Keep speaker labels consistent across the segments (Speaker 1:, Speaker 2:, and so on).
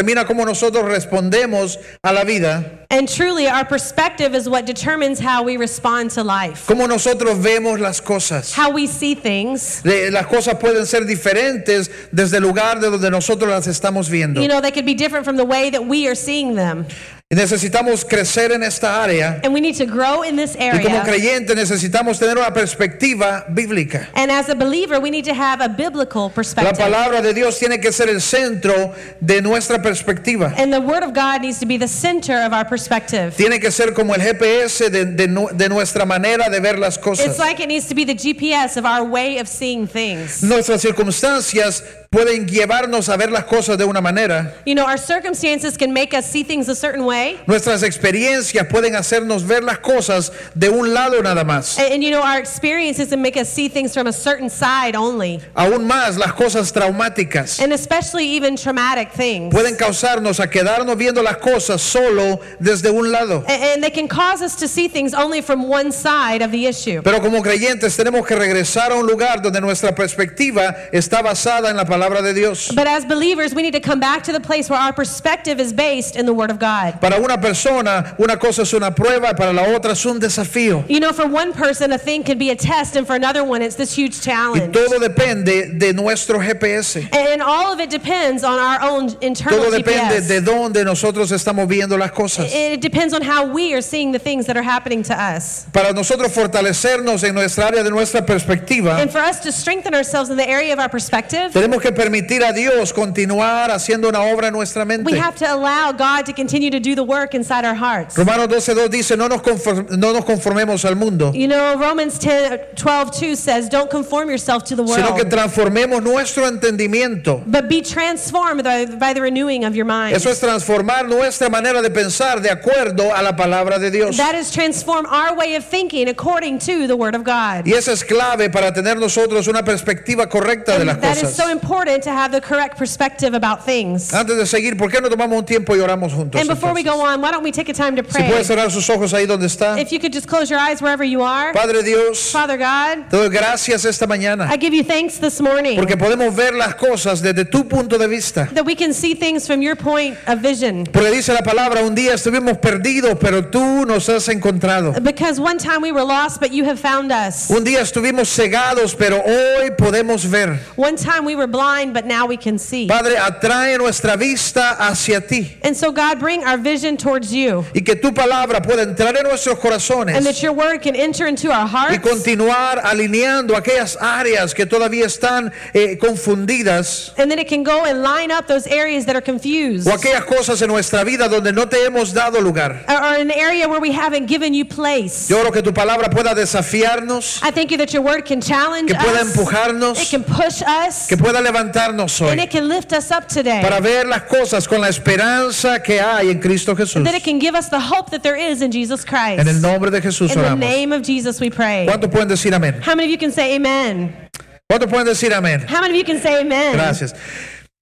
Speaker 1: determina cómo nosotros respondemos a la vida,
Speaker 2: And truly, our perspective is what determines how we respond to life,
Speaker 1: cómo nosotros vemos las cosas.
Speaker 2: how we see things.
Speaker 1: Le- Las cosas pueden ser diferentes desde el lugar de donde nosotros las estamos viendo.
Speaker 2: You know, they could be different from the way that we are seeing them.
Speaker 1: Y Necesitamos crecer en esta área
Speaker 2: And we need to grow in this
Speaker 1: y como
Speaker 2: area.
Speaker 1: creyentes necesitamos tener una perspectiva bíblica.
Speaker 2: And as a believer, we need to have a
Speaker 1: La
Speaker 2: biblical perspective.
Speaker 1: palabra de Dios tiene que ser el centro de nuestra perspectiva.
Speaker 2: And the Word of God needs to be the center of our perspective.
Speaker 1: Tiene que ser como el GPS de, de nu- de nuestra manera de ver las cosas.
Speaker 2: It's like it needs to be the GPS of our way of seeing things.
Speaker 1: Nuestras circunstancias pueden llevarnos a ver las cosas de una manera.
Speaker 2: You know, our circumstances can make us see things a certain way.
Speaker 1: Nuestras experiencias pueden hacernos ver las cosas de un lado nada más.
Speaker 2: And, and you know, our experiences can make us see things from a certain side only.
Speaker 1: Aún más, las cosas traumáticas
Speaker 2: And especially even traumatic things.
Speaker 1: pueden causarnos a quedarnos viendo las cosas solo desde un lado.
Speaker 2: A- And they can cause us to see things only from one side of the issue.
Speaker 1: Pero como creyentes tenemos que regresar a un lugar donde nuestra perspectiva está basada en la palabra de Dios.
Speaker 2: But as believers, we need to come back to the place where our perspective is based in the Word of God.
Speaker 1: Para una persona, una cosa es una prueba, para la otra es un desafío.
Speaker 2: You know, for one person, a thing can be a test, and for another one, it's this huge
Speaker 1: Y
Speaker 2: challenge.
Speaker 1: todo depende de nuestro GPS.
Speaker 2: And all of it depends on our own internal
Speaker 1: Todo depende
Speaker 2: GPS.
Speaker 1: de dónde nosotros estamos viendo las cosas.
Speaker 2: It depends on how we are seeing the things that are happening to us.
Speaker 1: Para nosotros fortalecernos en nuestra área de nuestra perspectiva,
Speaker 2: And for us to strengthen ourselves in the area of our perspective,
Speaker 1: tenemos que permitir a Dios continuar haciendo una obra en nuestra
Speaker 2: we
Speaker 1: mente.
Speaker 2: have to allow God to continue to do the work inside our hearts.
Speaker 1: Romanos 12:2 dice, no nos, conform- no nos conformemos al mundo,
Speaker 2: You know, Romans 10, 12, 2 says, Don't conform yourself to the
Speaker 1: sino que
Speaker 2: world,
Speaker 1: transformemos nuestro entendimiento.
Speaker 2: but be transformed by, by the renewing of your mind.
Speaker 1: Eso es transformar nuestra manera de pensar de acuerdo a la palabra de Dios.
Speaker 2: That is, transform our way of thinking according to the Word of God.
Speaker 1: Y eso es clave para tener nosotros una perspectiva correcta de las
Speaker 2: And that is
Speaker 1: cosas.
Speaker 2: so important to have the correct perspective about things.
Speaker 1: Antes de seguir, ¿por qué no tomamos un tiempo y oramos juntos?
Speaker 2: And before we
Speaker 1: entonces?
Speaker 2: go on, why don't we take a time to
Speaker 1: si
Speaker 2: pray?
Speaker 1: puedes cerrar sus ojos ahí donde está.
Speaker 2: If you could just close your eyes wherever you are.
Speaker 1: Padre Dios,
Speaker 2: Father God,
Speaker 1: te doy gracias esta mañana
Speaker 2: I give you thanks this morning
Speaker 1: porque podemos ver las cosas desde tu punto de vista.
Speaker 2: that we can see things from your point of vision.
Speaker 1: Porque dice la palabra, un día estuvimos perdidos, pero tú nos has encontrado.
Speaker 2: Because one time we were lost, but you have found us.
Speaker 1: Un día estuvimos cegados, pero hoy podemos ver.
Speaker 2: One time we were blind, but now we can see.
Speaker 1: Padre, atrae nuestra vista hacia ti
Speaker 2: And so, God, bring our vision towards you
Speaker 1: y que tu palabra pueda entrar en nuestros
Speaker 2: and
Speaker 1: corazones
Speaker 2: that your word can enter into our
Speaker 1: y
Speaker 2: hearts
Speaker 1: continuar alineando aquellas áreas que todavía están eh, confundidas
Speaker 2: and then it can go and line up those areas that are confused
Speaker 1: o
Speaker 2: or
Speaker 1: aquellas cosas en nuestra vida donde no te hemos dado lugar.
Speaker 2: or an area where we haven't given you place.
Speaker 1: Yo oro que tu palabra pueda desafiarnos,
Speaker 2: I thank you that your word can challenge
Speaker 1: que pueda
Speaker 2: us, it
Speaker 1: empujarnos,
Speaker 2: can push us,
Speaker 1: que pueda levantarnos
Speaker 2: and
Speaker 1: hoy
Speaker 2: it can lift us up today.
Speaker 1: para ver las cosas con la esperanza que hay en Cristo Jesús.
Speaker 2: that it can give us the hope that there is in Jesus Christ.
Speaker 1: En el nombre de Jesús
Speaker 2: in the
Speaker 1: oramos.
Speaker 2: name of Jesus, we pray.
Speaker 1: ¿Cuántos pueden decir amén?
Speaker 2: How many of you can say amen?
Speaker 1: ¿Cuántos pueden decir amén?
Speaker 2: How many of you can say amen?
Speaker 1: Gracias.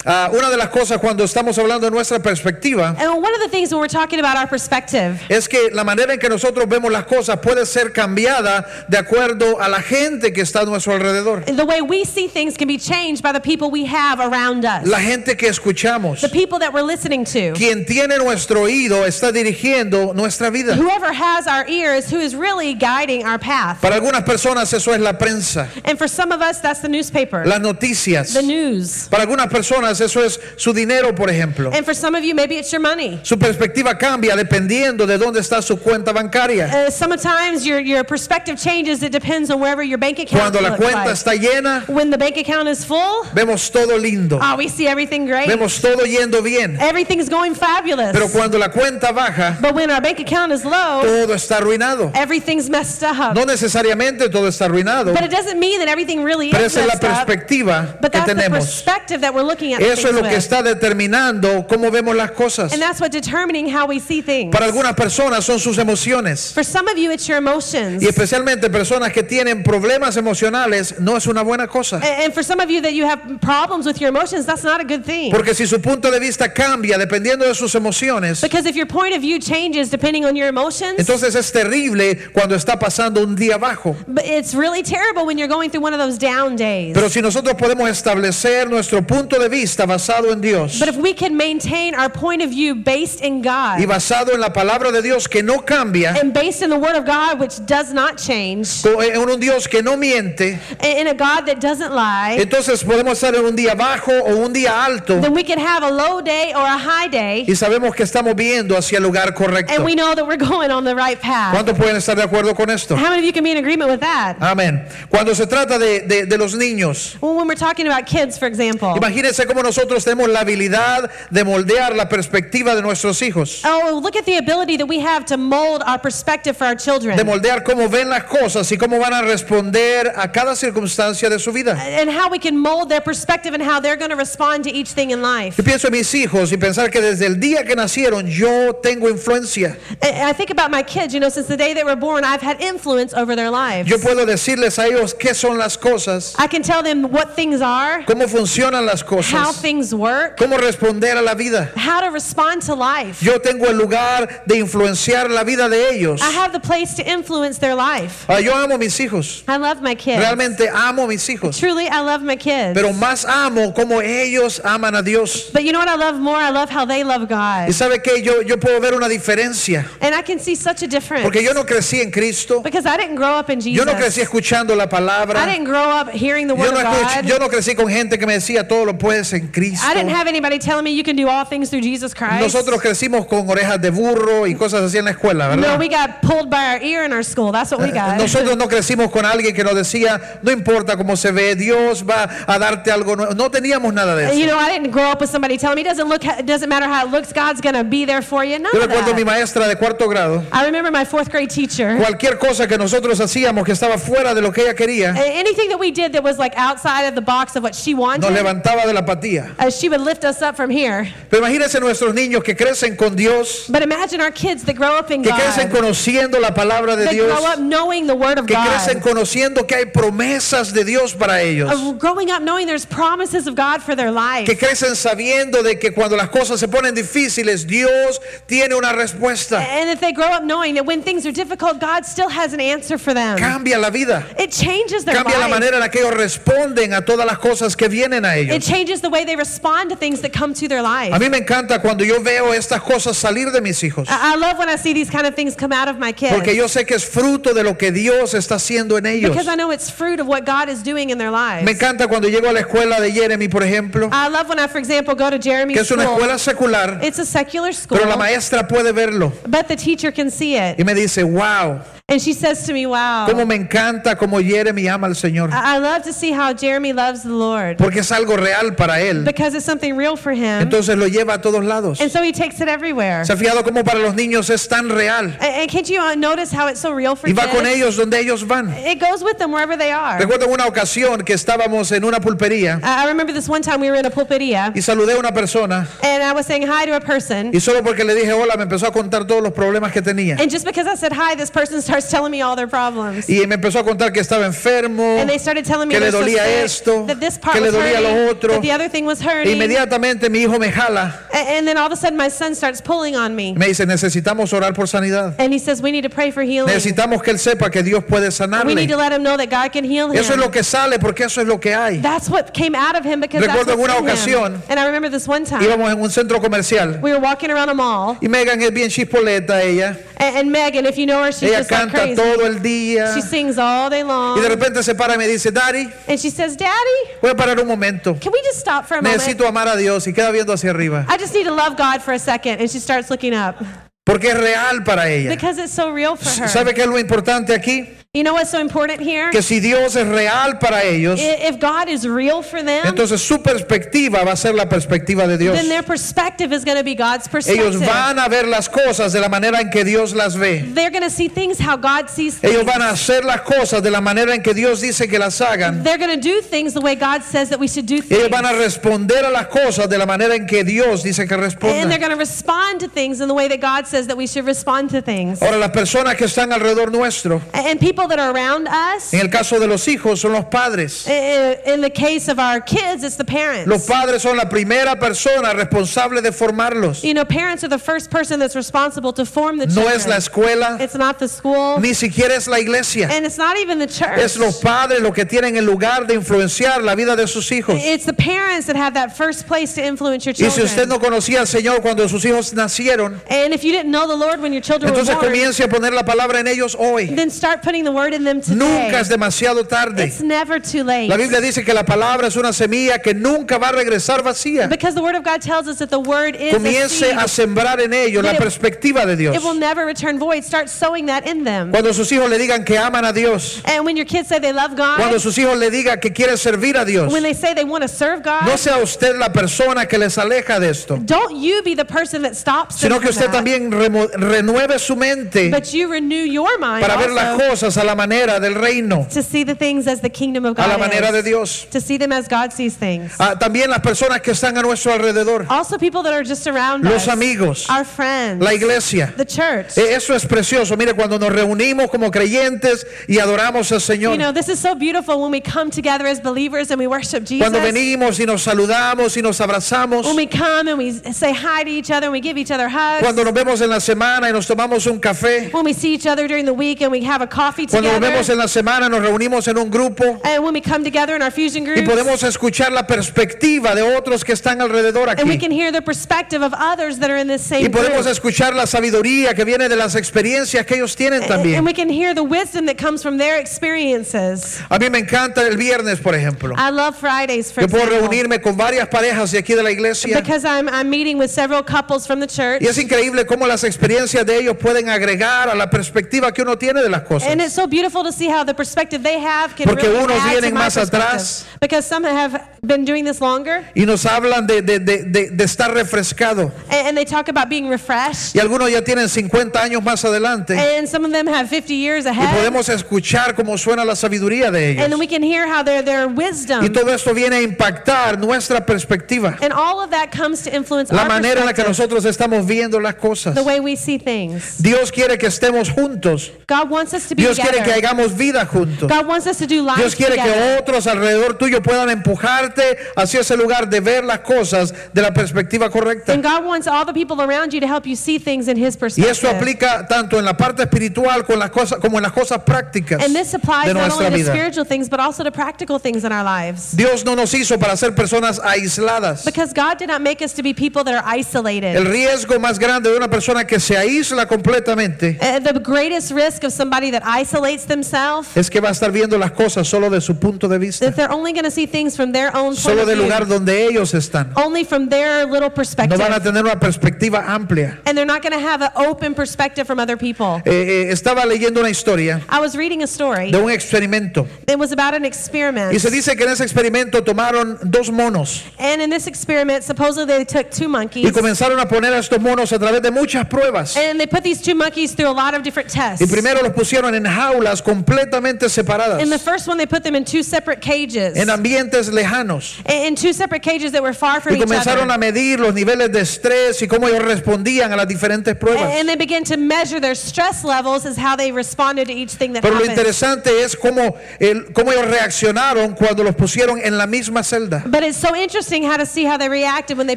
Speaker 1: Ah, una de las cosas cuando estamos hablando de nuestra perspectiva
Speaker 2: And one of the things when we're talking about our perspective
Speaker 1: es que la manera en que nosotros vemos las cosas puede ser cambiada de acuerdo a la gente que está a nuestro alrededor,
Speaker 2: the way we see things can be changed by the people we have around us,
Speaker 1: la gente que escuchamos.
Speaker 2: the people that we're listening to.
Speaker 1: Quien tiene nuestro oído está dirigiendo nuestra vida.
Speaker 2: Whoever has our ears, who is really guiding our path.
Speaker 1: Para algunas personas eso es la prensa,
Speaker 2: And for some of us, that's the newspaper,
Speaker 1: las noticias.
Speaker 2: the news.
Speaker 1: Para algunas personas eso es su dinero, por ejemplo.
Speaker 2: And for some of you, maybe it's your money.
Speaker 1: Su perspectiva cambia dependiendo de dónde está su cuenta bancaria.
Speaker 2: Uh, sometimes your, your perspective changes. It depends on wherever your bank account
Speaker 1: Cuando la
Speaker 2: looks
Speaker 1: cuenta
Speaker 2: like.
Speaker 1: está llena,
Speaker 2: When the bank account is full,
Speaker 1: vemos todo lindo,
Speaker 2: oh, we see everything great.
Speaker 1: vemos todo yendo
Speaker 2: Em-
Speaker 1: bien.
Speaker 2: Everything's going fabulous.
Speaker 1: Pero cuando la cuenta baja,
Speaker 2: but when our bank account is low,
Speaker 1: todo está arruinado.
Speaker 2: everything's messed up.
Speaker 1: No necesariamente todo está arruinado,
Speaker 2: but it doesn't mean that everything really
Speaker 1: pero
Speaker 2: is
Speaker 1: esa es la
Speaker 2: messed up.
Speaker 1: perspectiva
Speaker 2: But
Speaker 1: que
Speaker 2: that's the
Speaker 1: tenemos.
Speaker 2: perspective that we're looking at
Speaker 1: Eso es
Speaker 2: things
Speaker 1: lo que
Speaker 2: with.
Speaker 1: está determinando cómo vemos las cosas.
Speaker 2: And that's what determining how we see things.
Speaker 1: Para algunas personas son sus emociones.
Speaker 2: For some of you, it's your emotions.
Speaker 1: Y especialmente personas que tienen problemas emocionales, no es una buena cosa.
Speaker 2: A- and for some of you that you have problems with your emotions, that's not a good thing.
Speaker 1: Porque si su punto de vista cambia dependiendo de sus emociones,
Speaker 2: because if your point of view changes depending on your emotions,
Speaker 1: entonces es terrible cuando está pasando un día bajo.
Speaker 2: but it's really terrible when you're going through one of those down days.
Speaker 1: Pero si nosotros podemos establecer nuestro punto de vista basado en Dios
Speaker 2: But if we can maintain our point of view based
Speaker 1: y
Speaker 2: in God
Speaker 1: basado en la palabra de Dios que no cambia,
Speaker 2: and based in the Word of God, which does not change,
Speaker 1: co- eh, en un Dios que no miente,
Speaker 2: and in a God that doesn't lie,
Speaker 1: entonces podemos estar en un día bajo o un día alto
Speaker 2: then we can have a low day or a high day,
Speaker 1: y sabemos que estamos viendo hacia el lugar
Speaker 2: and
Speaker 1: correcto.
Speaker 2: we know that we're going on the right path.
Speaker 1: ¿Cuántos pueden estar de acuerdo con esto?
Speaker 2: How many of you can be in agreement with that?
Speaker 1: Amén. Cuando se trata de, de- de los niños,
Speaker 2: Well, when we're talking about kids, for example.
Speaker 1: imagínense cómo nosotros tenemos la habilidad de moldear la perspectiva de nuestros hijos,
Speaker 2: Oh, look at the ability that we have to mold our perspective for our children
Speaker 1: de moldear cómo ven las cosas y cómo van a responder a cada circunstancia de su vida.
Speaker 2: and how we can mold their perspective and how they're going to respond to each thing in life.
Speaker 1: Yo pienso en mis hijos y pensar que desde el día que nacieron yo tengo influencia.
Speaker 2: I I think about my kids, you know, since the day they were born, I've had influence over their lives.
Speaker 1: Yo puedo decirles a ellos qué son las cosas,
Speaker 2: I can tell them what things are,
Speaker 1: cómo funcionan las
Speaker 2: how
Speaker 1: cosas,
Speaker 2: things work,
Speaker 1: cómo responder a la vida.
Speaker 2: how to respond to life.
Speaker 1: Yo tengo el lugar de influenciar la vida de ellos.
Speaker 2: I have the place to influence their life.
Speaker 1: Ah, yo amo a mis hijos.
Speaker 2: I love my kids.
Speaker 1: Realmente amo a mis hijos.
Speaker 2: Truly, I love my kids.
Speaker 1: Pero más amo como ellos aman a Dios.
Speaker 2: But you know what I love more? I love how they love God.
Speaker 1: Y sabe que yo, yo puedo ver una diferencia.
Speaker 2: And I can see such a difference.
Speaker 1: Porque yo no crecí en Cristo.
Speaker 2: Because I didn't grow up in
Speaker 1: Yo no crecí
Speaker 2: Jesus.
Speaker 1: escuchando la
Speaker 2: Pues I
Speaker 1: palabra.
Speaker 2: didn't grow up hearing the
Speaker 1: Yo
Speaker 2: word
Speaker 1: no,
Speaker 2: of
Speaker 1: escuch-
Speaker 2: God.
Speaker 1: yo no crecí con gente que me decía todo lo puedes en Cristo.
Speaker 2: I didn't have anybody telling me you can do all things through Jesus Christ.
Speaker 1: Nosotros crecimos con orejas de burro y cosas así en la escuela,
Speaker 2: No,
Speaker 1: ¿verdad?
Speaker 2: we got pulled by our ear in our school. That's what we got.
Speaker 1: Eh, Nosotros no crecimos con alguien que nos decía, no importa cómo se ve, Dios va a darte algo nuevo. No teníamos nada de eso.
Speaker 2: You know, I didn't grow up with somebody telling me it doesn't look, it doesn't matter how it looks. God's gonna be there for you. None
Speaker 1: Yo
Speaker 2: of
Speaker 1: recuerdo a mi
Speaker 2: that.
Speaker 1: maestra de cuarto grado.
Speaker 2: I remember my fourth grade teacher.
Speaker 1: Cualquier cosa que nosotros hacíamos que estaba fuera de lo que ella quería,
Speaker 2: A- Anything that we did that was like outside of the box of what she
Speaker 1: nos
Speaker 2: wanted,
Speaker 1: levantaba de la apatía.
Speaker 2: uh, she would lift us up from here.
Speaker 1: Pero imagínense nuestros niños que crecen con Dios,
Speaker 2: But imagine our kids that grow up in
Speaker 1: que crecen
Speaker 2: God,
Speaker 1: conociendo la palabra de
Speaker 2: that
Speaker 1: Dios,
Speaker 2: grow up knowing the Word of
Speaker 1: que crecen
Speaker 2: God,
Speaker 1: conociendo que hay promesas de Dios para ellos,
Speaker 2: uh, growing up knowing there's promises of God for their life.
Speaker 1: que crecen sabiendo de que cuando las cosas se ponen difíciles, Dios tiene una respuesta.
Speaker 2: And if they grow up knowing that when things are difficult, God still has an answer for them.
Speaker 1: Cambia la vida,
Speaker 2: It changes their
Speaker 1: cambia la
Speaker 2: life.
Speaker 1: manera en la que ellos responden a todas las cosas que vienen a
Speaker 2: It
Speaker 1: ellos.
Speaker 2: changes the way they respond to things that come to their life.
Speaker 1: A mí me encanta cuando yo veo estas cosas salir de mis hijos.
Speaker 2: I I love when I see these kind of things come out of my kids
Speaker 1: Porque yo sé que es fruto de lo que Dios está haciendo en ellos.
Speaker 2: because I know it's fruit of what God is doing in their lives.
Speaker 1: Me encanta cuando llego a la escuela de Jeremy, por ejemplo,
Speaker 2: I love when I, for example, go to Jeremy's
Speaker 1: que es una
Speaker 2: school.
Speaker 1: escuela secular,
Speaker 2: It's a secular school,
Speaker 1: pero la maestra puede verlo
Speaker 2: but the teacher can see
Speaker 1: y
Speaker 2: it.
Speaker 1: me dice, wow,
Speaker 2: And she says to me, Wow,
Speaker 1: cómo me encanta cómo Jeremy ama al Señor,
Speaker 2: I I love to see how Jeremy loves the Lord
Speaker 1: porque es algo real para él.
Speaker 2: because it's something real for him.
Speaker 1: Entonces lo lleva a todos lados.
Speaker 2: And so he takes it everywhere.
Speaker 1: ¿Se ha fijado cómo para los niños es tan real?
Speaker 2: And, and can't you uh, notice how it's so real for
Speaker 1: Y va
Speaker 2: kids?
Speaker 1: con ellos donde ellos van.
Speaker 2: It goes with them wherever they are. I
Speaker 1: Recuerdo en una ocasión que estábamos en una pulpería
Speaker 2: I remember this one time we were in a pulperia,
Speaker 1: y saludé a una persona
Speaker 2: and I was saying hi to a person,
Speaker 1: y solo porque le dije hola me empezó a contar todos los problemas que tenía.
Speaker 2: and just because I said hi, this person starts telling me all their problems.
Speaker 1: Y me empezó a contar que estaba enfermo. E
Speaker 2: And they started telling me
Speaker 1: que le
Speaker 2: they're so
Speaker 1: dolía
Speaker 2: sick,
Speaker 1: esto,
Speaker 2: that this part
Speaker 1: que le
Speaker 2: was
Speaker 1: dolía lo
Speaker 2: hurting,
Speaker 1: otro.
Speaker 2: that the other thing was
Speaker 1: E
Speaker 2: hurting. A-
Speaker 1: inmediatamente mi hijo me jala.
Speaker 2: And then all of a sudden, my son starts pulling on me,
Speaker 1: y Me dice, necesitamos orar por sanidad.
Speaker 2: and he says, "We need to pray for healing.
Speaker 1: Necesitamos que él sepa que Dios puede
Speaker 2: We need to
Speaker 1: sanarle.
Speaker 2: let him know that God can heal him."
Speaker 1: Eso es lo que sale porque eso es lo que hay.
Speaker 2: That's what came out of him because that's
Speaker 1: Recuerdo
Speaker 2: what's
Speaker 1: una
Speaker 2: in him.
Speaker 1: ocasión-
Speaker 2: And I remember this one time
Speaker 1: Íbamos en un centro comercial
Speaker 2: we were walking around a mall,
Speaker 1: y Megan es bien chispoleta ella.
Speaker 2: and, and Megan, if you know her, she's
Speaker 1: Ella
Speaker 2: just like
Speaker 1: canta
Speaker 2: crazy.
Speaker 1: todo el día.
Speaker 2: She sings all day long.
Speaker 1: Y de repente se para y me dice, Dari,
Speaker 2: And she says, Daddy,
Speaker 1: voy a parar un momento.
Speaker 2: can we just stop for a moment?
Speaker 1: Necesito amar a Dios y queda viendo hacia arriba.
Speaker 2: I just need to love God for a second. And she starts looking up
Speaker 1: Porque es real para ella.
Speaker 2: because it's so real for her.
Speaker 1: ¿Sabe qué es lo importante aquí?
Speaker 2: You know what's so important here?
Speaker 1: Que si Dios es real para ellos,
Speaker 2: I- If God is real for them,
Speaker 1: Entonces su perspectiva va a ser la perspectiva de Dios.
Speaker 2: then their perspective is going to be God's
Speaker 1: Ellos
Speaker 2: perspective.
Speaker 1: van a ver las cosas de la manera en que Dios las ve.
Speaker 2: They're going to see things how God sees
Speaker 1: Ellos
Speaker 2: things.
Speaker 1: van a hacer las cosas de la manera en que Dios dice que las hagan.
Speaker 2: They're going to do things the way God says that we should do
Speaker 1: Ellos
Speaker 2: things.
Speaker 1: van a responder a las cosas de la manera en que Dios dice que
Speaker 2: And they're
Speaker 1: respondan.
Speaker 2: going to respond to things in the way that God says that we should respond to things.
Speaker 1: Ahora, las personas que están alrededor nuestro,
Speaker 2: And people people that are around us.
Speaker 1: En el caso de los hijos son los padres.
Speaker 2: I- i- In the case of our kids, it's the
Speaker 1: Los
Speaker 2: parents.
Speaker 1: padres son la primera persona responsable de formarlos.
Speaker 2: You know, parents are the first person that's responsible to form the
Speaker 1: No es la
Speaker 2: children.
Speaker 1: escuela,
Speaker 2: It's not the school,
Speaker 1: ni siquiera es la iglesia.
Speaker 2: and it's not even the church.
Speaker 1: Es los padres los que tienen el lugar de influenciar la vida de sus hijos.
Speaker 2: It's the parents that have that first place to influence your
Speaker 1: Y si usted
Speaker 2: children.
Speaker 1: no conocía al Señor cuando sus hijos nacieron,
Speaker 2: And if you didn't know the Lord when your children were
Speaker 1: entonces
Speaker 2: born,
Speaker 1: comience a poner la palabra en ellos hoy.
Speaker 2: then start putting the word in them today.
Speaker 1: Nunca es demasiado tarde.
Speaker 2: It's never too
Speaker 1: La
Speaker 2: late.
Speaker 1: Biblia dice que la palabra es una semilla que nunca va a regresar vacía.
Speaker 2: Because the word of God tells us that the word is a
Speaker 1: Comience
Speaker 2: seed.
Speaker 1: a sembrar en ellos la
Speaker 2: It-
Speaker 1: perspectiva de Dios.
Speaker 2: It will never return void. Start sowing that in them.
Speaker 1: Cuando sus hijos le digan que aman a Dios,
Speaker 2: And when your kids say they love God,
Speaker 1: cuando sus hijos le digan que quieren servir a Dios,
Speaker 2: when they say they want to serve God,
Speaker 1: no sea usted la persona que les aleja de esto,
Speaker 2: don't you be the person that stops them
Speaker 1: sino que
Speaker 2: from
Speaker 1: usted
Speaker 2: that.
Speaker 1: también remo- renueve su mente
Speaker 2: But you renew your mind
Speaker 1: para ver las
Speaker 2: also
Speaker 1: cosas a la manera del reino,
Speaker 2: to see the things as the kingdom of
Speaker 1: a
Speaker 2: God
Speaker 1: la manera
Speaker 2: is.
Speaker 1: de Dios.
Speaker 2: to see them as God sees things.
Speaker 1: Ah, también las personas que están a nuestro alrededor,
Speaker 2: Also, people that are just around
Speaker 1: los
Speaker 2: us,
Speaker 1: amigos,
Speaker 2: our friends,
Speaker 1: la iglesia.
Speaker 2: the church.
Speaker 1: E- Eso es precioso. Mire, cuando nos reunimos como creyentes y adoramos al
Speaker 2: you
Speaker 1: Señor.
Speaker 2: know, this is so beautiful when we come together as believers and we worship Jesus. Oh,
Speaker 1: Cuando venimos y nos saludamos y nos abrazamos.
Speaker 2: When we come and we say hi to each other and we give each other hugs.
Speaker 1: Cuando nos vemos en la semana y nos tomamos un café.
Speaker 2: when we see each other during the week and we have a coffee
Speaker 1: Cuando nos
Speaker 2: together.
Speaker 1: vemos en la semana nos reunimos en un grupo
Speaker 2: and when we come together in our fusion
Speaker 1: y
Speaker 2: groups.
Speaker 1: podemos escuchar la perspectiva de otros que están alrededor
Speaker 2: and we
Speaker 1: aquí.
Speaker 2: can hear the perspective of others that are in this
Speaker 1: Y
Speaker 2: same
Speaker 1: podemos
Speaker 2: group.
Speaker 1: escuchar la sabiduría que viene de las experiencias que ellos tienen
Speaker 2: Eh, And
Speaker 1: también.
Speaker 2: we can hear the wisdom that comes from their experiences.
Speaker 1: A mí me encanta el viernes, por ejemplo.
Speaker 2: I love Fridays for
Speaker 1: Yo puedo
Speaker 2: example.
Speaker 1: reunirme con varias parejas de aquí de la iglesia.
Speaker 2: because I'm, I'm meeting with several couples from the church.
Speaker 1: Y es increíble cómo las experiencias de ellos pueden agregar a la perspectiva que uno tiene de las cosas.
Speaker 2: And it's so beautiful to see how the perspective they have can
Speaker 1: Porque
Speaker 2: really
Speaker 1: unos
Speaker 2: add to
Speaker 1: vienen
Speaker 2: my
Speaker 1: más
Speaker 2: perspective.
Speaker 1: atrás.
Speaker 2: Because some have been doing this longer,
Speaker 1: Y nos hablan de, de- de- de- de estar refrescado.
Speaker 2: and, and they talk about being refreshed.
Speaker 1: Y algunos ya tienen 50 años más adelante.
Speaker 2: And some of them have 50 years
Speaker 1: Y
Speaker 2: ahead.
Speaker 1: podemos escuchar cómo suena la sabiduría de
Speaker 2: And then
Speaker 1: ellos.
Speaker 2: we can hear how their their wisdom.
Speaker 1: Y todo esto viene a impactar nuestra perspectiva.
Speaker 2: and all of that comes to influence
Speaker 1: La
Speaker 2: our
Speaker 1: manera en la que
Speaker 2: perspective,
Speaker 1: nosotros estamos viendo las cosas.
Speaker 2: the way we see things.
Speaker 1: Dios quiere que estemos juntos.
Speaker 2: God wants us to be
Speaker 1: Dios quiere
Speaker 2: together.
Speaker 1: que hagamos vida juntos.
Speaker 2: God wants us to do life
Speaker 1: Dios quiere
Speaker 2: together.
Speaker 1: que otros alrededor tuyo puedan empujarte hacia ese lugar de ver las cosas de la perspectiva correcta.
Speaker 2: and God wants all the people around you to help you see things in His
Speaker 1: Y
Speaker 2: perspective.
Speaker 1: eso aplica tanto en la parte espiritual con las cosas, como en las cosas prácticas
Speaker 2: And this applies
Speaker 1: de
Speaker 2: not
Speaker 1: nuestra
Speaker 2: only to
Speaker 1: vida.
Speaker 2: spiritual things, but also to practical things in our lives.
Speaker 1: Dios no nos hizo para ser personas aisladas.
Speaker 2: Because God did not make us to be people that are isolated.
Speaker 1: El riesgo más grande de una persona que se aísla completamente
Speaker 2: Uh, the greatest risk of somebody that isolates themselves
Speaker 1: es que va a estar viendo las cosas solo de su punto de vista,
Speaker 2: that they're only going to see things from their own point
Speaker 1: solo
Speaker 2: of
Speaker 1: del
Speaker 2: view,
Speaker 1: lugar donde ellos están.
Speaker 2: only from their little
Speaker 1: No
Speaker 2: perspective,
Speaker 1: van a tener una perspectiva amplia.
Speaker 2: and they're not going to have an open perspective from other people.
Speaker 1: Eh, eh, estaba leyendo una historia
Speaker 2: I was reading a story.
Speaker 1: de un experimento.
Speaker 2: It was about an experiment,
Speaker 1: Y se dice que en ese experimento tomaron dos monos
Speaker 2: and in this experiment, supposedly they took two
Speaker 1: y
Speaker 2: monkeys,
Speaker 1: comenzaron a poner a estos monos a través de muchas pruebas.
Speaker 2: and they put these two monkeys through a lot of different tests.
Speaker 1: Y primero los pusieron en jaulas completamente separadas,
Speaker 2: in the first one, they put them in two separate cages.
Speaker 1: en ambientes lejanos.
Speaker 2: in two separate cages that were far from
Speaker 1: Y
Speaker 2: each other.
Speaker 1: comenzaron a medir los niveles de estrés y cómo ellos respondían a las diferentes
Speaker 2: And-
Speaker 1: pruebas.
Speaker 2: And they began to measure their stress levels as how they responded to each thing that
Speaker 1: Pero lo
Speaker 2: happened.
Speaker 1: interesante es cómo, el- cómo ellos reaccionaron cuando los pusieron en la misma celda.
Speaker 2: But it's so interesting how to see how they reacted when they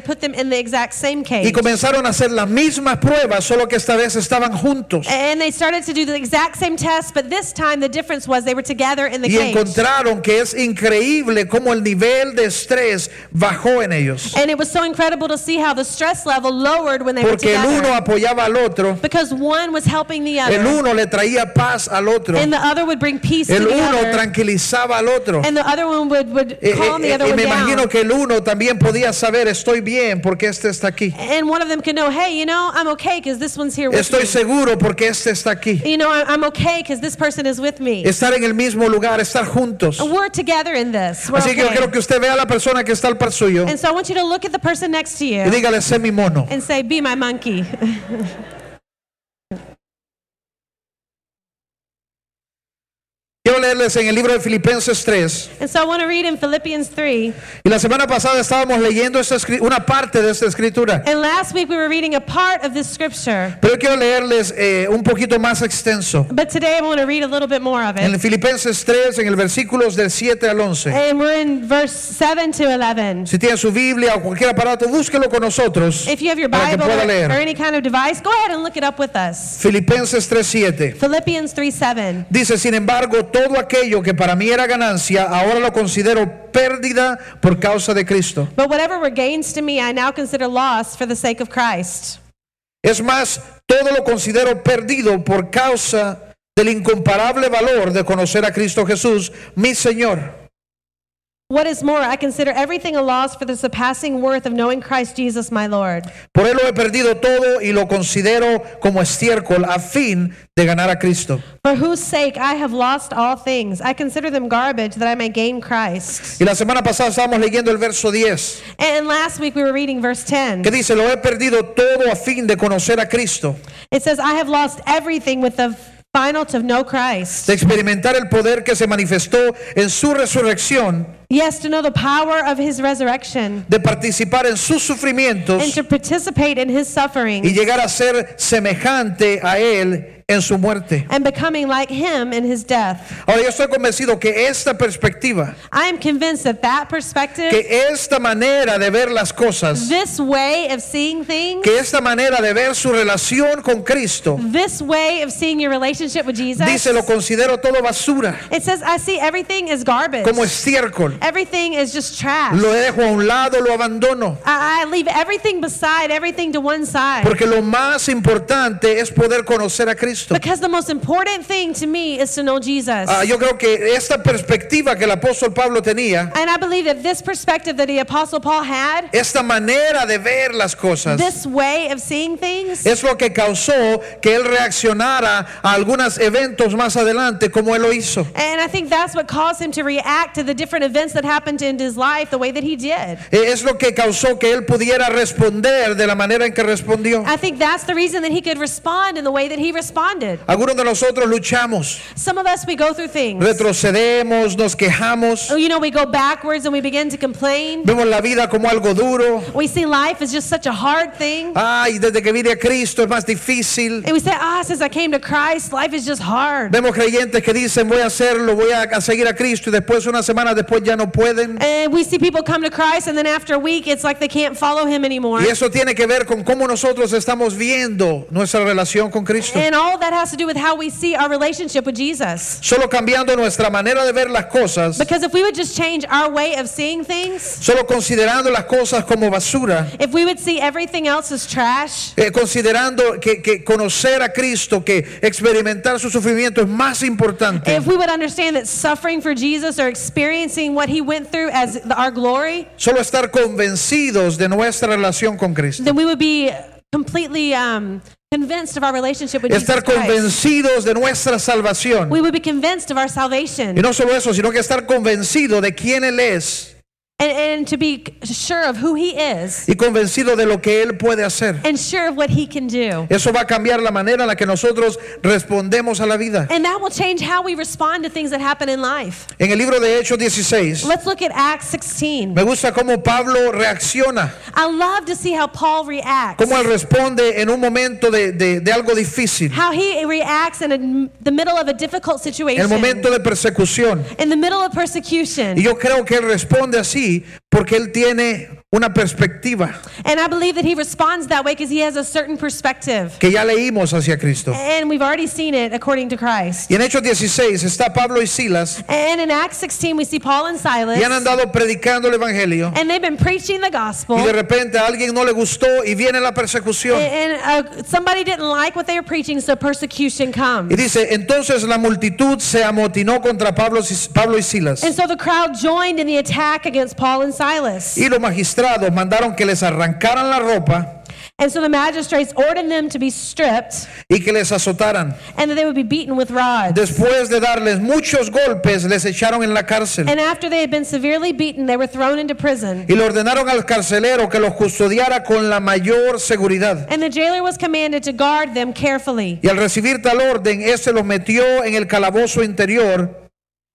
Speaker 2: put them in the exact same
Speaker 1: Y
Speaker 2: cage.
Speaker 1: comenzaron a hacer las mismas pruebas, solo que esta vez estaban juntos.
Speaker 2: And they started to do the exact same test, but this time the difference was they were together in the
Speaker 1: Y
Speaker 2: cage.
Speaker 1: encontraron que es increíble cómo el nivel de estrés bajó en ellos.
Speaker 2: And it was so incredible to see how the stress level lowered when they were
Speaker 1: Porque el uno
Speaker 2: together.
Speaker 1: apoyaba al otro,
Speaker 2: Because one was helping the
Speaker 1: el
Speaker 2: other,
Speaker 1: uno le traía paz al otro,
Speaker 2: and the other would bring peace to
Speaker 1: el
Speaker 2: the
Speaker 1: uno
Speaker 2: other,
Speaker 1: tranquilizaba al otro.
Speaker 2: and the other one would, would
Speaker 1: Eh, eh,
Speaker 2: calm the
Speaker 1: eh,
Speaker 2: other
Speaker 1: y
Speaker 2: one
Speaker 1: me imagino
Speaker 2: down.
Speaker 1: que el uno también podía saber, estoy bien porque este está aquí.
Speaker 2: And one of them could know, hey, you know, I'm okay because this one's here with
Speaker 1: Estoy
Speaker 2: me.
Speaker 1: seguro porque este está aquí.
Speaker 2: You know, I- I'm okay because this person is with me.
Speaker 1: Estar en el mismo lugar, estar juntos.
Speaker 2: We're together in this. We're
Speaker 1: Así que yo
Speaker 2: okay.
Speaker 1: quiero que usted vea a la persona que está al par suyo
Speaker 2: And so I want you to look at the person next to
Speaker 1: y
Speaker 2: you
Speaker 1: dígale, sé mi mono.
Speaker 2: and say, Be my monkey.
Speaker 1: Quiero leerles en el libro de Filipenses 3.
Speaker 2: And so I want to read in Philippians 3.
Speaker 1: Y la semana pasada estábamos leyendo esta escri- una parte de esta escritura.
Speaker 2: And last week we were reading a part of this scripture.
Speaker 1: Pero yo quiero leerles eh, un poquito más extenso.
Speaker 2: But today I want to read a little bit more of it.
Speaker 1: En Filipenses 3, en el versículos del 7 al 11.
Speaker 2: And we're in verse 7 to 11.
Speaker 1: Si tienen su Biblia o cualquier aparato, búsquelo con nosotros
Speaker 2: If you have your
Speaker 1: para que
Speaker 2: Bible
Speaker 1: pueda
Speaker 2: or, or
Speaker 1: leer.
Speaker 2: any kind of device, go ahead and look it up with us.
Speaker 1: Filipenses 3, 7.
Speaker 2: Philippians 3 7.
Speaker 1: Dice, sin embargo, todo aquello que para mí era ganancia, ahora lo considero pérdida por causa de Cristo.
Speaker 2: But whatever were gains to me, I now consider loss for the sake of Christ.
Speaker 1: Es más, todo lo considero perdido por causa del incomparable valor de conocer a Cristo Jesús, mi Señor,
Speaker 2: What is more, I consider everything a loss for the surpassing worth of knowing Christ Jesus my Lord.
Speaker 1: Por él lo he perdido todo y lo considero como estiércol a fin de ganar a Cristo.
Speaker 2: For whose sake I have lost all things. I consider them garbage that I may gain Christ.
Speaker 1: Y la semana pasada estábamos leyendo el verso 10,
Speaker 2: And last week we were reading verse 10.
Speaker 1: que dice, lo he perdido todo a fin de conocer a Cristo,
Speaker 2: It says, I have lost everything with the final to know Christ.
Speaker 1: de experimentar el poder que se manifestó en su resurrección,
Speaker 2: Yes, to know the power of his resurrection
Speaker 1: de participar en sus sufrimientos
Speaker 2: and to participate in his
Speaker 1: y
Speaker 2: suffering
Speaker 1: llegar a ser semejante a él en su muerte.
Speaker 2: and becoming like him in his death.
Speaker 1: Ahora yo estoy convencido que esta perspectiva,
Speaker 2: I am convinced that that perspective,
Speaker 1: que esta manera de ver las cosas,
Speaker 2: this way of seeing things,
Speaker 1: que esta manera de ver su relación con Cristo,
Speaker 2: this way of seeing your relationship with Jesus,
Speaker 1: dice lo considero todo basura,
Speaker 2: it says, I see everything is garbage.
Speaker 1: como estiércol.
Speaker 2: Everything is just trash.
Speaker 1: Lo dejo a un lado, lo abandono,
Speaker 2: I, I leave everything beside, everything to one side.
Speaker 1: porque lo más importante es poder conocer a Cristo.
Speaker 2: Because the most important thing to me is to know Jesus.
Speaker 1: Ah, yo creo que esta perspectiva que el apóstol Pablo tenía,
Speaker 2: and I believe that this perspective that the Apostle Paul had,
Speaker 1: esta manera de ver las cosas,
Speaker 2: this way of seeing things,
Speaker 1: es lo que causó que él reaccionara a algunos eventos más adelante, como él lo hizo.
Speaker 2: and I think that's what caused him to react to the different events that happened in his life the way that he did.
Speaker 1: Eh, Es lo que causó que él pudiera responder de la manera en que respondió.
Speaker 2: I think that's the reason that he could respond in the way that he responded.
Speaker 1: Algunos de nosotros luchamos,
Speaker 2: Some of us, we go through things. Oh,
Speaker 1: retrocedemos, nos quejamos,
Speaker 2: You know, we go backwards and we begin to complain.
Speaker 1: vemos la vida como algo duro.
Speaker 2: We see life as just such a hard thing.
Speaker 1: Ay, desde que vine a Cristo es más difícil.
Speaker 2: And we say, ah, since I came to Christ, life is just hard.
Speaker 1: Vemos creyentes que dicen voy a hacerlo, voy a, a seguir a Cristo y después una semana después ya no pueden.
Speaker 2: And we see people come to Christ, and then after a week, it's like they can't follow him anymore.
Speaker 1: Y eso tiene que ver con cómo nosotros estamos viendo nuestra relación con Cristo.
Speaker 2: And all of that has to do with how we see our relationship with Jesus.
Speaker 1: Solo cambiando nuestra manera de ver las cosas,
Speaker 2: Because if we would just change our way of seeing things,
Speaker 1: solo considerando las cosas como basura,
Speaker 2: if we would see everything else as trash,
Speaker 1: Eh, considerando que, que conocer a Cristo, que experimentar su sufrimiento es más importante.
Speaker 2: if we would understand that suffering for Jesus or experiencing what he went through as the- our glory,
Speaker 1: Solo estar convencidos de nuestra relación con Cristo.
Speaker 2: then we would be completely um, convinced of our relationship with Jesus
Speaker 1: Estar
Speaker 2: Christ.
Speaker 1: convencidos de nuestra salvación.
Speaker 2: We would be convinced of our
Speaker 1: Y
Speaker 2: salvation
Speaker 1: no solo eso, sino que estar convencido de quién Él es
Speaker 2: and, and to be sure of who he is.
Speaker 1: y convencido de lo que Él puede hacer.
Speaker 2: and sure of what he can do.
Speaker 1: Eso va a cambiar la manera en la que nosotros respondemos a la vida.
Speaker 2: And that will change how we respond to things that happen in life.
Speaker 1: En el libro de Hechos 16,
Speaker 2: Let's look at Acts 16.
Speaker 1: me gusta cómo Pablo reacciona,
Speaker 2: I love to see how Paul reacts.
Speaker 1: cómo él responde en un momento de- de- de algo difícil.
Speaker 2: How he reacts in a, the middle of a difficult
Speaker 1: en el
Speaker 2: situation.
Speaker 1: momento de persecución.
Speaker 2: In the middle of
Speaker 1: Y
Speaker 2: persecution.
Speaker 1: yo creo que él responde así porque él tiene una perspectiva
Speaker 2: And I believe that he responds that way because he has a certain perspective.
Speaker 1: que ya leímos hacia Cristo.
Speaker 2: And we've already seen it according to Christ.
Speaker 1: Y en Hechos 16 está Pablo y Silas
Speaker 2: And in Acts 16, we see Paul and Silas.
Speaker 1: y han andado predicando el Evangelio
Speaker 2: And they've been preaching the gospel.
Speaker 1: y de
Speaker 2: And,
Speaker 1: repente a alguien no le gustó y viene la persecución.
Speaker 2: and, uh, somebody didn't like what they were preaching, so persecution comes.
Speaker 1: Y dice, entonces la multitud se amotinó contra Pablo, y- Pablo y Silas.
Speaker 2: And so the crowd joined in the attack against Paul and Silas.
Speaker 1: Y los magistrados mandaron que les arrancaran la ropa
Speaker 2: And so the magistrates ordered them to be stripped
Speaker 1: y que les azotaran.
Speaker 2: and that they would be beaten with rods.
Speaker 1: Después de darles muchos golpes, les echaron en la cárcel.
Speaker 2: And after they had been severely beaten, they were thrown into prison.
Speaker 1: Y le ordenaron al carcelero que los custodiara con la mayor seguridad.
Speaker 2: And the jailer was commanded to guard them carefully.
Speaker 1: este Y al recibir tal orden, éste los metió en el calabozo interior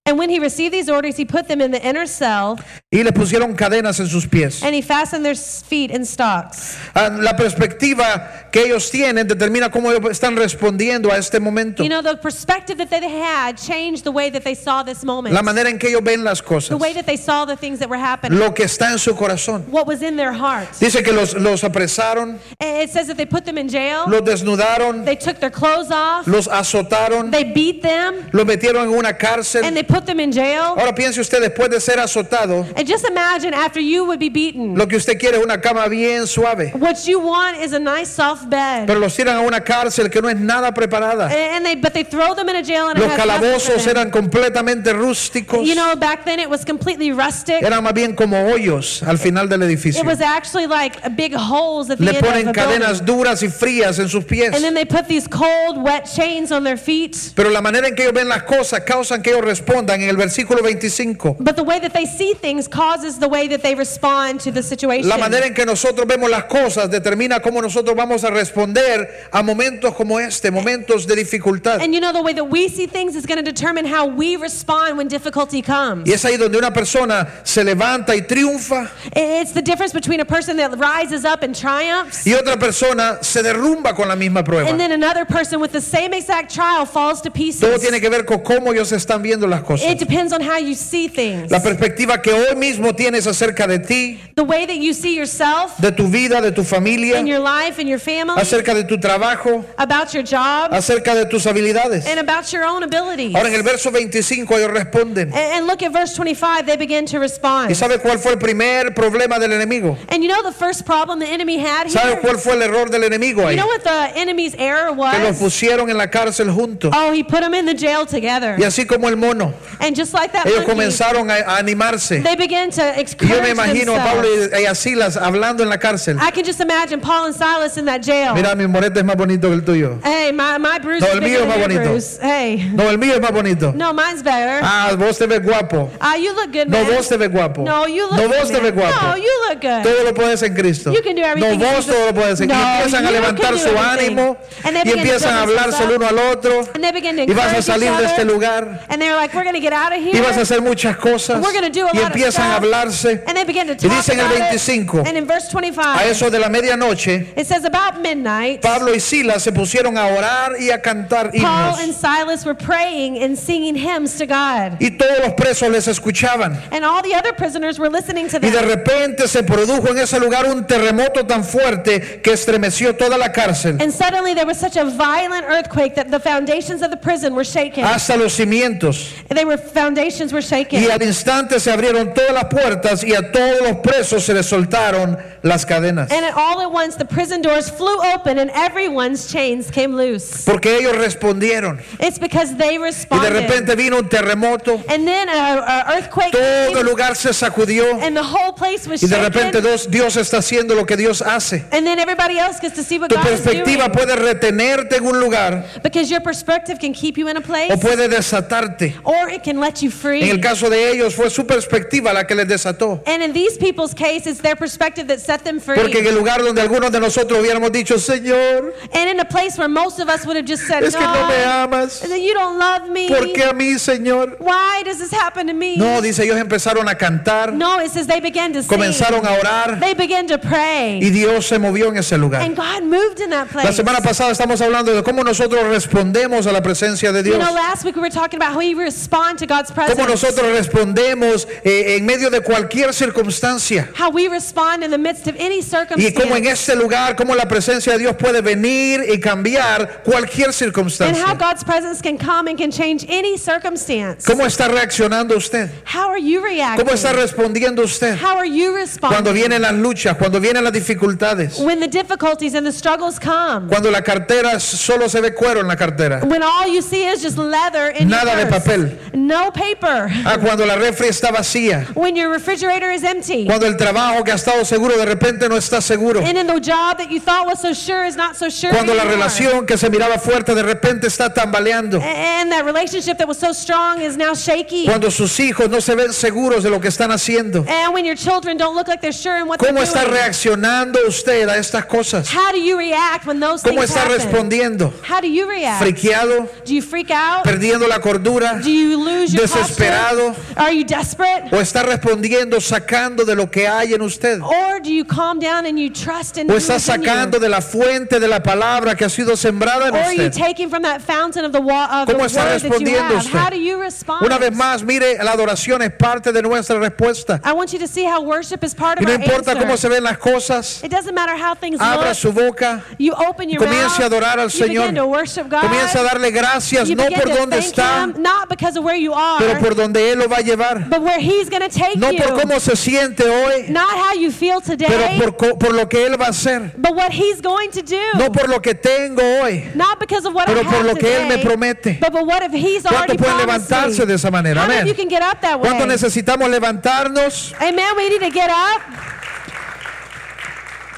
Speaker 2: And when he received these orders, he put them in the inner cell
Speaker 1: y le pusieron cadenas en sus pies.
Speaker 2: and he fastened their s- feet in stocks.
Speaker 1: Ah, La perspectiva que ellos tienen determina cómo ellos están respondiendo a este momento,
Speaker 2: You know, the perspective that they had changed the way that they saw this moment,
Speaker 1: la manera en que ellos ven las
Speaker 2: the
Speaker 1: cosas,
Speaker 2: way that they saw the things that were happening,
Speaker 1: lo que está en su corazón.
Speaker 2: what was in their hearts.
Speaker 1: Dice que los, los apresaron,
Speaker 2: And It says that they put them in jail,
Speaker 1: los desnudaron,
Speaker 2: they took their clothes off,
Speaker 1: los azotaron,
Speaker 2: they beat them,
Speaker 1: los metieron en una
Speaker 2: and
Speaker 1: cárcel.
Speaker 2: they put them in jail.
Speaker 1: Ahora piense usted, después de ser azotado,
Speaker 2: And just imagine after you would be beaten,
Speaker 1: lo que usted quiere es una cama bien suave,
Speaker 2: what you want is a nice soft bed.
Speaker 1: pero los tiran a una cárcel que no es nada preparada.
Speaker 2: And they, but they throw them in a jail and it
Speaker 1: Los
Speaker 2: has nothing for
Speaker 1: calabozos
Speaker 2: them.
Speaker 1: eran completamente rústicos,
Speaker 2: You know, back then it was completely rustic.
Speaker 1: eran más bien como hoyos al final del edificio.
Speaker 2: It was actually like a big holes at the
Speaker 1: Le
Speaker 2: end of
Speaker 1: ponen
Speaker 2: a building.
Speaker 1: cadenas duras y frías en sus pies.
Speaker 2: And then they put these cold, wet chains on their feet.
Speaker 1: Pero la manera en que ellos ven las cosas causan que ellos respondan en el versículo 25.
Speaker 2: But the way that they see things causes the way that they respond to the situation.
Speaker 1: La manera en que nosotros vemos las cosas determina cómo nosotros vamos a responder a momentos como este, momentos de dificultad.
Speaker 2: And you know, the way that we see things is going to determine how we respond when difficulty comes.
Speaker 1: Y es ahí donde una persona se levanta y triunfa
Speaker 2: It's the difference between a person that rises up and triumphs
Speaker 1: y otra persona se derrumba con la misma prueba.
Speaker 2: and then another person with the same exact trial falls to
Speaker 1: Todo
Speaker 2: pieces.
Speaker 1: tiene que ver con cómo ellos están viendo las cosas.
Speaker 2: It depends on how you see things.
Speaker 1: La perspectiva que hoy mismo tienes acerca de ti,
Speaker 2: The way that you see yourself
Speaker 1: de tu vida, de tu familia,
Speaker 2: and your life and your family,
Speaker 1: acerca de tu trabajo,
Speaker 2: about your job,
Speaker 1: acerca de tus habilidades.
Speaker 2: and about your own abilities.
Speaker 1: Ahora en el verso 25 ellos responden.
Speaker 2: And- And look at verse 25, they begin to
Speaker 1: ¿Y
Speaker 2: respond.
Speaker 1: sabe cuál fue el primer problema del enemigo?
Speaker 2: And you know the first problem the enemy had
Speaker 1: ¿Sabe
Speaker 2: here?
Speaker 1: cuál fue el error del enemigo
Speaker 2: You
Speaker 1: ahí?
Speaker 2: know what the enemy's error
Speaker 1: Que los
Speaker 2: was?
Speaker 1: pusieron en la cárcel juntos.
Speaker 2: Oh, he put them in the jail together.
Speaker 1: Y así como el mono,
Speaker 2: And just like that
Speaker 1: ellos
Speaker 2: monkey,
Speaker 1: comenzaron a, a animarse.
Speaker 2: they began to
Speaker 1: Y yo me
Speaker 2: encourage
Speaker 1: imagino a Pablo
Speaker 2: themselves.
Speaker 1: y, y a Silas hablando en la cárcel.
Speaker 2: I can just imagine Paul and Silas in that jail.
Speaker 1: Mira, mi morete es más bonito que el tuyo.
Speaker 2: Hey, my, my bruise
Speaker 1: No,
Speaker 2: is
Speaker 1: el mío
Speaker 2: bigger
Speaker 1: es
Speaker 2: than
Speaker 1: más
Speaker 2: your
Speaker 1: bonito.
Speaker 2: bruise. Hey.
Speaker 1: No, el mío es más bonito.
Speaker 2: No, mine's better.
Speaker 1: Ah, vos te ves guapo.
Speaker 2: Ah, you look good,
Speaker 1: No,
Speaker 2: man.
Speaker 1: vos te ves guapo.
Speaker 2: No, you look
Speaker 1: No,
Speaker 2: good,
Speaker 1: vos te
Speaker 2: man.
Speaker 1: ves guapo.
Speaker 2: No, you look good.
Speaker 1: Todo lo puedes en Cristo.
Speaker 2: You can do
Speaker 1: No,
Speaker 2: everything in
Speaker 1: vos
Speaker 2: Jesus.
Speaker 1: todo lo puedes en
Speaker 2: No,
Speaker 1: Cristo. Y empiezan a
Speaker 2: you can
Speaker 1: levantar
Speaker 2: do
Speaker 1: su
Speaker 2: everything.
Speaker 1: ánimo
Speaker 2: And they
Speaker 1: y
Speaker 2: begin to
Speaker 1: empiezan a
Speaker 2: build
Speaker 1: hablarse el
Speaker 2: themselves
Speaker 1: uno al otro.
Speaker 2: And they begin to
Speaker 1: Y vas a
Speaker 2: encourage
Speaker 1: salir
Speaker 2: each
Speaker 1: de este
Speaker 2: other.
Speaker 1: lugar.
Speaker 2: And they're like, we're going to get out of
Speaker 1: Y
Speaker 2: here.
Speaker 1: vas a hacer muchas cosas.
Speaker 2: We're gonna do a
Speaker 1: Y
Speaker 2: lot of
Speaker 1: empiezan a
Speaker 2: stuff.
Speaker 1: hablarse.
Speaker 2: and they begin to
Speaker 1: Y
Speaker 2: talk
Speaker 1: dice en el
Speaker 2: about it.
Speaker 1: 25.
Speaker 2: And in verse
Speaker 1: A
Speaker 2: 25,
Speaker 1: eso de la medianoche,
Speaker 2: it says about midnight,
Speaker 1: Pablo y Silas se pusieron a orar y a cantar
Speaker 2: Paul
Speaker 1: himnos.
Speaker 2: and Silas were praying and singing hymns to God.
Speaker 1: Y todos los presos les escuchaban.
Speaker 2: And all the other prisoners were listening to
Speaker 1: Y de
Speaker 2: them.
Speaker 1: repente se produjo en ese lugar un terremoto tan fuerte que estremeció toda la cárcel
Speaker 2: And suddenly there was such a violent earthquake that the foundations of the prison were shaken.
Speaker 1: hasta los cimientos.
Speaker 2: They were foundations were shaken.
Speaker 1: Ah. Y al instante se abrieron todas las puertas y a todos los presos se les soltaron las cadenas.
Speaker 2: And at all at once, the prison doors flew open and everyone's chains came loose.
Speaker 1: Porque ellos respondieron.
Speaker 2: It's because they
Speaker 1: Y de
Speaker 2: responded.
Speaker 1: repente vino un terremoto.
Speaker 2: and then an earthquake
Speaker 1: Todo el
Speaker 2: came,
Speaker 1: lugar se sacudió.
Speaker 2: and the whole place was
Speaker 1: Y de
Speaker 2: shaken.
Speaker 1: repente Dios, Dios está haciendo lo que Dios hace.
Speaker 2: and then everybody else gets to see what
Speaker 1: Tu
Speaker 2: God is
Speaker 1: perspectiva
Speaker 2: doing.
Speaker 1: puede retenerte en un lugar
Speaker 2: Because your perspective can keep you in a place,
Speaker 1: o puede desatarte.
Speaker 2: or it can let you free.
Speaker 1: En el caso de ellos fue su perspectiva la que les desató.
Speaker 2: and in these people's case, it's their perspective that set them free.
Speaker 1: Porque en el lugar donde algunos de nosotros hubiéramos dicho, Señor,
Speaker 2: and in a place where most of us would have just said,
Speaker 1: es que no me amas.
Speaker 2: and then you don't love me.
Speaker 1: ¿Por qué a mí, Señor?
Speaker 2: Why does this happen to me?
Speaker 1: No, dice, ellos empezaron a cantar.
Speaker 2: No, it says they began to sing.
Speaker 1: comenzaron a orar
Speaker 2: They began to pray.
Speaker 1: y Dios se movió en ese lugar.
Speaker 2: And God moved in that place.
Speaker 1: La semana pasada estamos hablando de cómo nosotros respondemos a la presencia de
Speaker 2: you
Speaker 1: Dios.
Speaker 2: know, last week we were talking about how you respond to God's presence.
Speaker 1: Cómo nosotros respondemos eh, en medio de cualquier circunstancia.
Speaker 2: how we respond in the midst of any
Speaker 1: Y
Speaker 2: circumstance.
Speaker 1: cómo en este lugar, cómo la presencia de Dios puede venir y cambiar cualquier
Speaker 2: and how
Speaker 1: circunstancia.
Speaker 2: God's presence can come and can change any circumstance.
Speaker 1: ¿Cómo está reaccionando usted?
Speaker 2: How are you reacting?
Speaker 1: ¿Cómo está respondiendo usted?
Speaker 2: how are you responding?
Speaker 1: Cuando vienen las luchas, cuando vienen las dificultades,
Speaker 2: when the difficulties and the struggles come.
Speaker 1: cuando la cartera solo se ve cuero en la cartera.
Speaker 2: When all you see is just leather in
Speaker 1: Nada de
Speaker 2: your purse.
Speaker 1: papel.
Speaker 2: No paper.
Speaker 1: Ah, cuando la refri está vacía.
Speaker 2: When your refrigerator is empty.
Speaker 1: Cuando el trabajo que ha estado seguro de repente no está seguro.
Speaker 2: and in the job that you thought was so sure is not so sure
Speaker 1: Cuando la
Speaker 2: anymore.
Speaker 1: relación que se miraba fuerte de repente está tambaleando.
Speaker 2: And that relationship that was so strong is now shaky.
Speaker 1: Cuando sus hijos no se ven seguros de lo que están haciendo.
Speaker 2: And when your children don't look like they're sure in what
Speaker 1: ¿Cómo
Speaker 2: they're
Speaker 1: está
Speaker 2: doing.
Speaker 1: reaccionando usted a estas cosas?
Speaker 2: How do you react when those
Speaker 1: ¿Cómo
Speaker 2: things
Speaker 1: está
Speaker 2: happen?
Speaker 1: respondiendo?
Speaker 2: How do you react?
Speaker 1: ¿Friqueado?
Speaker 2: Do you freak out?
Speaker 1: ¿Perdiendo la cordura?
Speaker 2: Do you you lose your
Speaker 1: Desesperado.
Speaker 2: posture? Are you desperate?
Speaker 1: o está respondiendo sacando de lo que hay en usted
Speaker 2: Or do you calm down and you trust in
Speaker 1: o
Speaker 2: who
Speaker 1: está
Speaker 2: is in you?
Speaker 1: sacando de la fuente de la palabra que ha sido sembrada
Speaker 2: Or are
Speaker 1: en
Speaker 2: you
Speaker 1: usted.
Speaker 2: taking from that fountain of the, wa- of the
Speaker 1: ¿Cómo
Speaker 2: word
Speaker 1: está
Speaker 2: that you
Speaker 1: respondiendo
Speaker 2: have?
Speaker 1: usted?
Speaker 2: How do you respond?
Speaker 1: Una vez más, mire, la adoración es parte de nuestra respuesta.
Speaker 2: I want you to see how worship is part
Speaker 1: Y
Speaker 2: of
Speaker 1: no
Speaker 2: our
Speaker 1: importa
Speaker 2: answer.
Speaker 1: cómo se ven las cosas,
Speaker 2: It doesn't matter how things
Speaker 1: abra
Speaker 2: look.
Speaker 1: su boca,
Speaker 2: You open your
Speaker 1: comience
Speaker 2: mouth.
Speaker 1: a adorar al
Speaker 2: You
Speaker 1: Señor,
Speaker 2: begin to worship God.
Speaker 1: comience a darle gracias,
Speaker 2: you
Speaker 1: no
Speaker 2: begin
Speaker 1: por
Speaker 2: to
Speaker 1: donde
Speaker 2: thank
Speaker 1: está,
Speaker 2: Him, not because of where you are,
Speaker 1: pero por donde Él lo va a llevar.
Speaker 2: but where He's going to take
Speaker 1: No
Speaker 2: you.
Speaker 1: por cómo se siente hoy,
Speaker 2: not how you feel today,
Speaker 1: pero por, co- por lo que Él va a hacer.
Speaker 2: but what He's going to do.
Speaker 1: No por lo que tengo hoy.
Speaker 2: not because of what
Speaker 1: pero
Speaker 2: I
Speaker 1: por
Speaker 2: have
Speaker 1: lo que
Speaker 2: today,
Speaker 1: Él me promete.
Speaker 2: But, but what if He's
Speaker 1: ¿Cuántos pueden
Speaker 2: already promised me?
Speaker 1: levantarse de esa manera?
Speaker 2: How many of
Speaker 1: Amén.
Speaker 2: you can get up that way?
Speaker 1: ¿Cuánto necesitamos levantarnos?
Speaker 2: Amen. We need to get up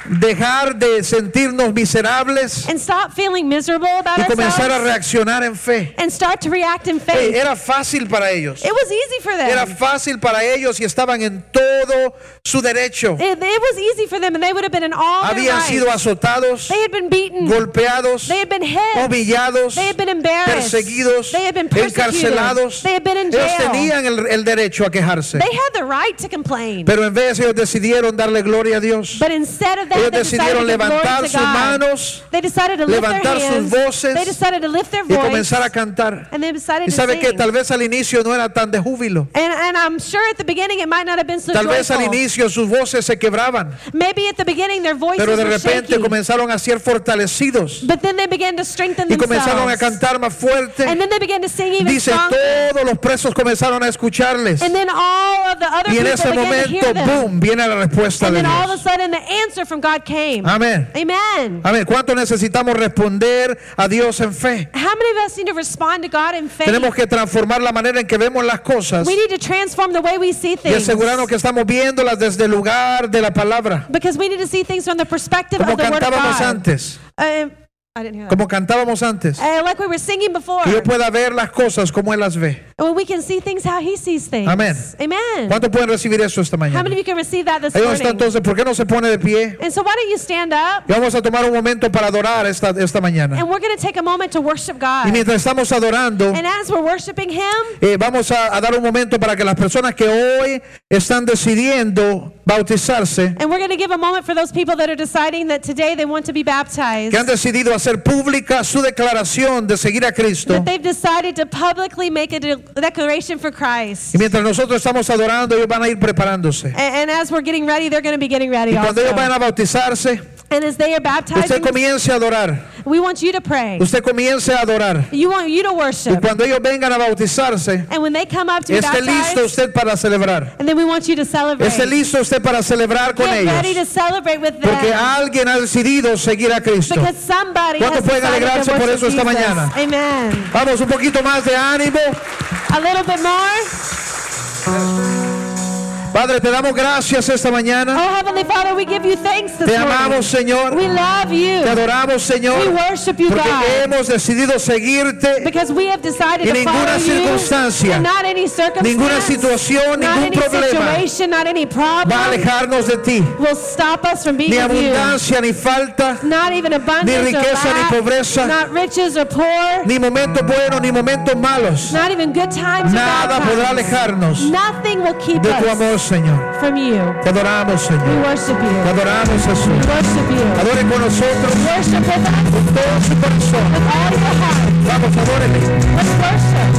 Speaker 1: dejar de sentirnos miserables
Speaker 2: and stop feeling miserable about
Speaker 1: y comenzar a
Speaker 2: ourselves
Speaker 1: reaccionar en fe.
Speaker 2: and start to react in
Speaker 1: Hey,
Speaker 2: faith.
Speaker 1: era fácil para ellos.
Speaker 2: it was easy for them.
Speaker 1: Era fácil para ellos y estaban en todo su derecho.
Speaker 2: It, it was easy for them, and they would have been in all their
Speaker 1: Habían
Speaker 2: rights.
Speaker 1: sido azotados,
Speaker 2: They had been beaten.
Speaker 1: golpeados,
Speaker 2: They had been hit.
Speaker 1: humillados,
Speaker 2: They had been embarrassed.
Speaker 1: perseguidos,
Speaker 2: They had been persecuted.
Speaker 1: encarcelados.
Speaker 2: They had been in
Speaker 1: Ellos
Speaker 2: jail.
Speaker 1: tenían el, el derecho a quejarse.
Speaker 2: They had the right to complain.
Speaker 1: Pero en vez ellos decidieron darle gloria a Dios.
Speaker 2: But instead of that,
Speaker 1: Ellos
Speaker 2: they decided
Speaker 1: decidieron
Speaker 2: to give glory
Speaker 1: levantar
Speaker 2: to
Speaker 1: sus
Speaker 2: God.
Speaker 1: manos
Speaker 2: they decided to lift their
Speaker 1: levantar sus
Speaker 2: hands.
Speaker 1: voces
Speaker 2: they decided to lift their
Speaker 1: y
Speaker 2: voice.
Speaker 1: comenzar a cantar.
Speaker 2: and they decided
Speaker 1: Y
Speaker 2: to
Speaker 1: sabe
Speaker 2: sing.
Speaker 1: que tal vez al inicio no era tan de júbilo.
Speaker 2: and, and I'm sure at the beginning it might not have been so
Speaker 1: Tal vez al
Speaker 2: joyful.
Speaker 1: inicio sus voces se quebraban,
Speaker 2: Maybe at the beginning their voices
Speaker 1: pero de
Speaker 2: were
Speaker 1: repente
Speaker 2: shaky.
Speaker 1: comenzaron a ser fortalecidos
Speaker 2: but then they began to strengthen
Speaker 1: y comenzaron a
Speaker 2: themselves.
Speaker 1: cantar más
Speaker 2: and
Speaker 1: fuerte.
Speaker 2: then they began to sing even
Speaker 1: Dice,
Speaker 2: stronger.
Speaker 1: todos los presos comenzaron a escucharles
Speaker 2: and then all of the other
Speaker 1: y en
Speaker 2: people
Speaker 1: ese
Speaker 2: began to
Speaker 1: momento,
Speaker 2: hear them.
Speaker 1: boom, viene la respuesta
Speaker 2: and
Speaker 1: de
Speaker 2: then all
Speaker 1: Dios.
Speaker 2: of a sudden the answer from God came.
Speaker 1: Amén.
Speaker 2: Amen.
Speaker 1: Amén. ¿Cuánto necesitamos responder a Dios en fe?
Speaker 2: How many of us need to respond to God in faith?
Speaker 1: Tenemos que transformar la manera en que vemos las cosas
Speaker 2: We need to transform the way we see
Speaker 1: y
Speaker 2: things.
Speaker 1: asegurarnos que estamos viéndolas desde el lugar de la palabra,
Speaker 2: Because we need to see things from the perspective
Speaker 1: como
Speaker 2: of the Word of
Speaker 1: cantábamos
Speaker 2: God.
Speaker 1: antes,
Speaker 2: Um, I didn't hear that.
Speaker 1: como cantábamos antes.
Speaker 2: Uh, like we were singing before.
Speaker 1: que yo pueda ver las cosas como Él las ve.
Speaker 2: Well, we can see things how He sees things.
Speaker 1: Amén.
Speaker 2: Amen.
Speaker 1: ¿Cuántos pueden recibir eso esta
Speaker 2: How many
Speaker 1: mañana?
Speaker 2: of you can receive that this
Speaker 1: Ahí donde
Speaker 2: morning?
Speaker 1: está entonces, ¿por qué no se pone de pie?
Speaker 2: And so why don't you stand up
Speaker 1: Y vamos a tomar un momento para adorar esta, esta mañana.
Speaker 2: and we're going to take a moment to worship
Speaker 1: Y
Speaker 2: God.
Speaker 1: mientras estamos adorando,
Speaker 2: And as we're worshiping Him,
Speaker 1: eh, vamos a, a dar un momento para que las personas que hoy están decidiendo bautizarse,
Speaker 2: and we're going to give a moment for those people that are deciding that today they want to be baptized,
Speaker 1: que han decidido hacer pública su declaración de seguir a Cristo.
Speaker 2: that they've decided to publicly make a de- declaration for Christ.
Speaker 1: Y mientras nosotros estamos adorando, ellos van a ir preparándose.
Speaker 2: A- And, as we're getting ready, they're going to be getting ready
Speaker 1: Y cuando
Speaker 2: also.
Speaker 1: ellos vayan a bautizarse,
Speaker 2: and as they are
Speaker 1: usted
Speaker 2: baptizing,
Speaker 1: comience a adorar.
Speaker 2: we want you to pray.
Speaker 1: Usted comience a adorar.
Speaker 2: You want you to
Speaker 1: Y
Speaker 2: worship.
Speaker 1: cuando ellos vengan a bautizarse,
Speaker 2: And when they come up to be
Speaker 1: Esté listo
Speaker 2: baptized,
Speaker 1: usted para celebrar.
Speaker 2: and then we want you to celebrate.
Speaker 1: Esté listo usted para celebrar con
Speaker 2: Get ready to
Speaker 1: ellos.
Speaker 2: celebrate with
Speaker 1: Porque
Speaker 2: them.
Speaker 1: alguien ha decidido seguir a Cristo.
Speaker 2: Because somebody
Speaker 1: ¿Cuántos
Speaker 2: has
Speaker 1: pueden
Speaker 2: decided to
Speaker 1: alegrarse por
Speaker 2: worship
Speaker 1: eso esta
Speaker 2: Jesus.
Speaker 1: mañana?
Speaker 2: Amen.
Speaker 1: Vamos, un poquito más de ánimo.
Speaker 2: A little bit more.
Speaker 1: Padre, te damos gracias esta mañana.
Speaker 2: Oh, Heavenly Father, we give you thanks this
Speaker 1: Te
Speaker 2: morning.
Speaker 1: amamos, Señor.
Speaker 2: We love you.
Speaker 1: Te adoramos,
Speaker 2: We
Speaker 1: Señor.
Speaker 2: worship you,
Speaker 1: Porque
Speaker 2: God.
Speaker 1: hemos decidido seguirte.
Speaker 2: Because we have
Speaker 1: Y
Speaker 2: decided to
Speaker 1: ninguna
Speaker 2: follow
Speaker 1: circunstancia,
Speaker 2: you. And not any circumstance.
Speaker 1: Ninguna situación,
Speaker 2: not
Speaker 1: ningún
Speaker 2: any
Speaker 1: problema
Speaker 2: situation, not any
Speaker 1: va a
Speaker 2: problem
Speaker 1: alejarnos de ti.
Speaker 2: will stop us from being
Speaker 1: Ni
Speaker 2: with you.
Speaker 1: abundancia, ni falta,
Speaker 2: Not even abundance
Speaker 1: Ni riqueza,
Speaker 2: or
Speaker 1: ni
Speaker 2: lack,
Speaker 1: pobreza.
Speaker 2: Not riches or poor.
Speaker 1: ni momentos buenos, ni momentos malos.
Speaker 2: Not even good times or bad
Speaker 1: Nada
Speaker 2: times.
Speaker 1: podrá alejarnos
Speaker 2: Nothing will keep
Speaker 1: de tu
Speaker 2: us
Speaker 1: amor, Señor.
Speaker 2: from you.
Speaker 1: Te adoramos,
Speaker 2: We
Speaker 1: Señor.
Speaker 2: worship
Speaker 1: Te
Speaker 2: you.
Speaker 1: adoramos, Jesús.
Speaker 2: Worship you.
Speaker 1: Adore con nosotros
Speaker 2: Worship with us
Speaker 1: con todo su corazón.
Speaker 2: with all your heart.
Speaker 1: Vamos, adórele.
Speaker 2: Let's worship.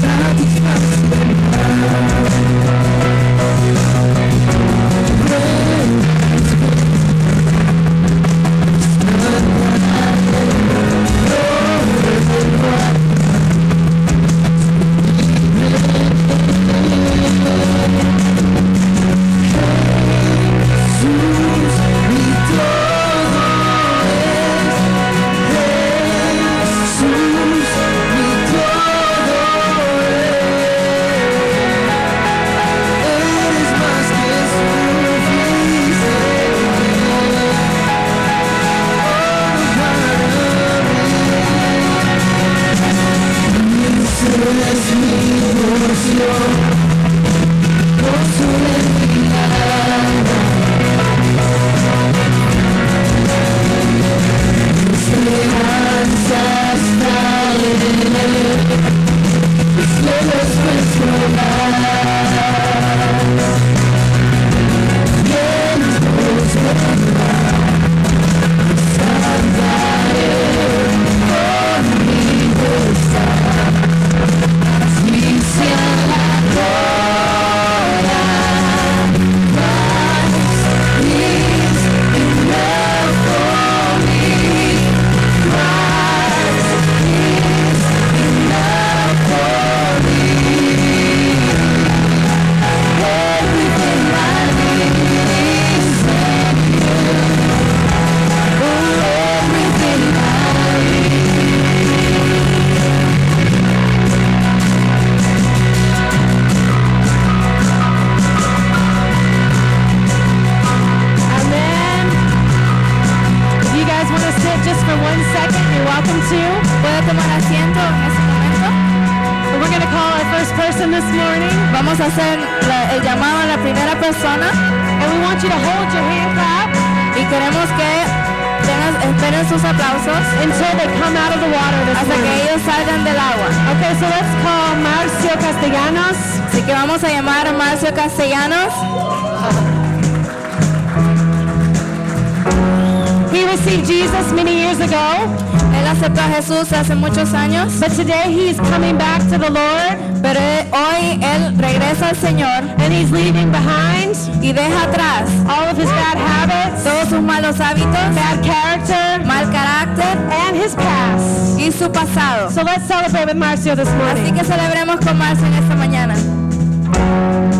Speaker 3: Satisfied
Speaker 2: sit just for one second. You're welcome to.
Speaker 3: Puede tomar asiento en ese momento.
Speaker 2: And we're going to call our first person this morning.
Speaker 3: Vamos a hacer la- el llamado a la primera persona
Speaker 2: And we want you to hold your hands up
Speaker 3: y queremos que tengan- esperen sus aplausos
Speaker 2: until they come out of the water this
Speaker 3: hasta que
Speaker 2: morning.
Speaker 3: ellos salgan del agua.
Speaker 2: Okay, so let's call Marcio Castellanos.
Speaker 3: Así que vamos a llamar a Marcio Castellanos.
Speaker 2: He received Jesus many years ago,
Speaker 3: Él aceptó a Jesús hace muchos años,
Speaker 2: but today he's coming back to the Lord
Speaker 3: pero él- hoy él regresa al Señor
Speaker 2: and he's leaving behind
Speaker 3: y deja atrás
Speaker 2: all of his bad habits,
Speaker 3: todos sus malos hábitos,
Speaker 2: bad character,
Speaker 3: mal carácter
Speaker 2: and his past.
Speaker 3: y su pasado.
Speaker 2: So let's celebrate with Marcio this
Speaker 3: Así
Speaker 2: morning.
Speaker 3: que celebremos con Marcio en esta mañana.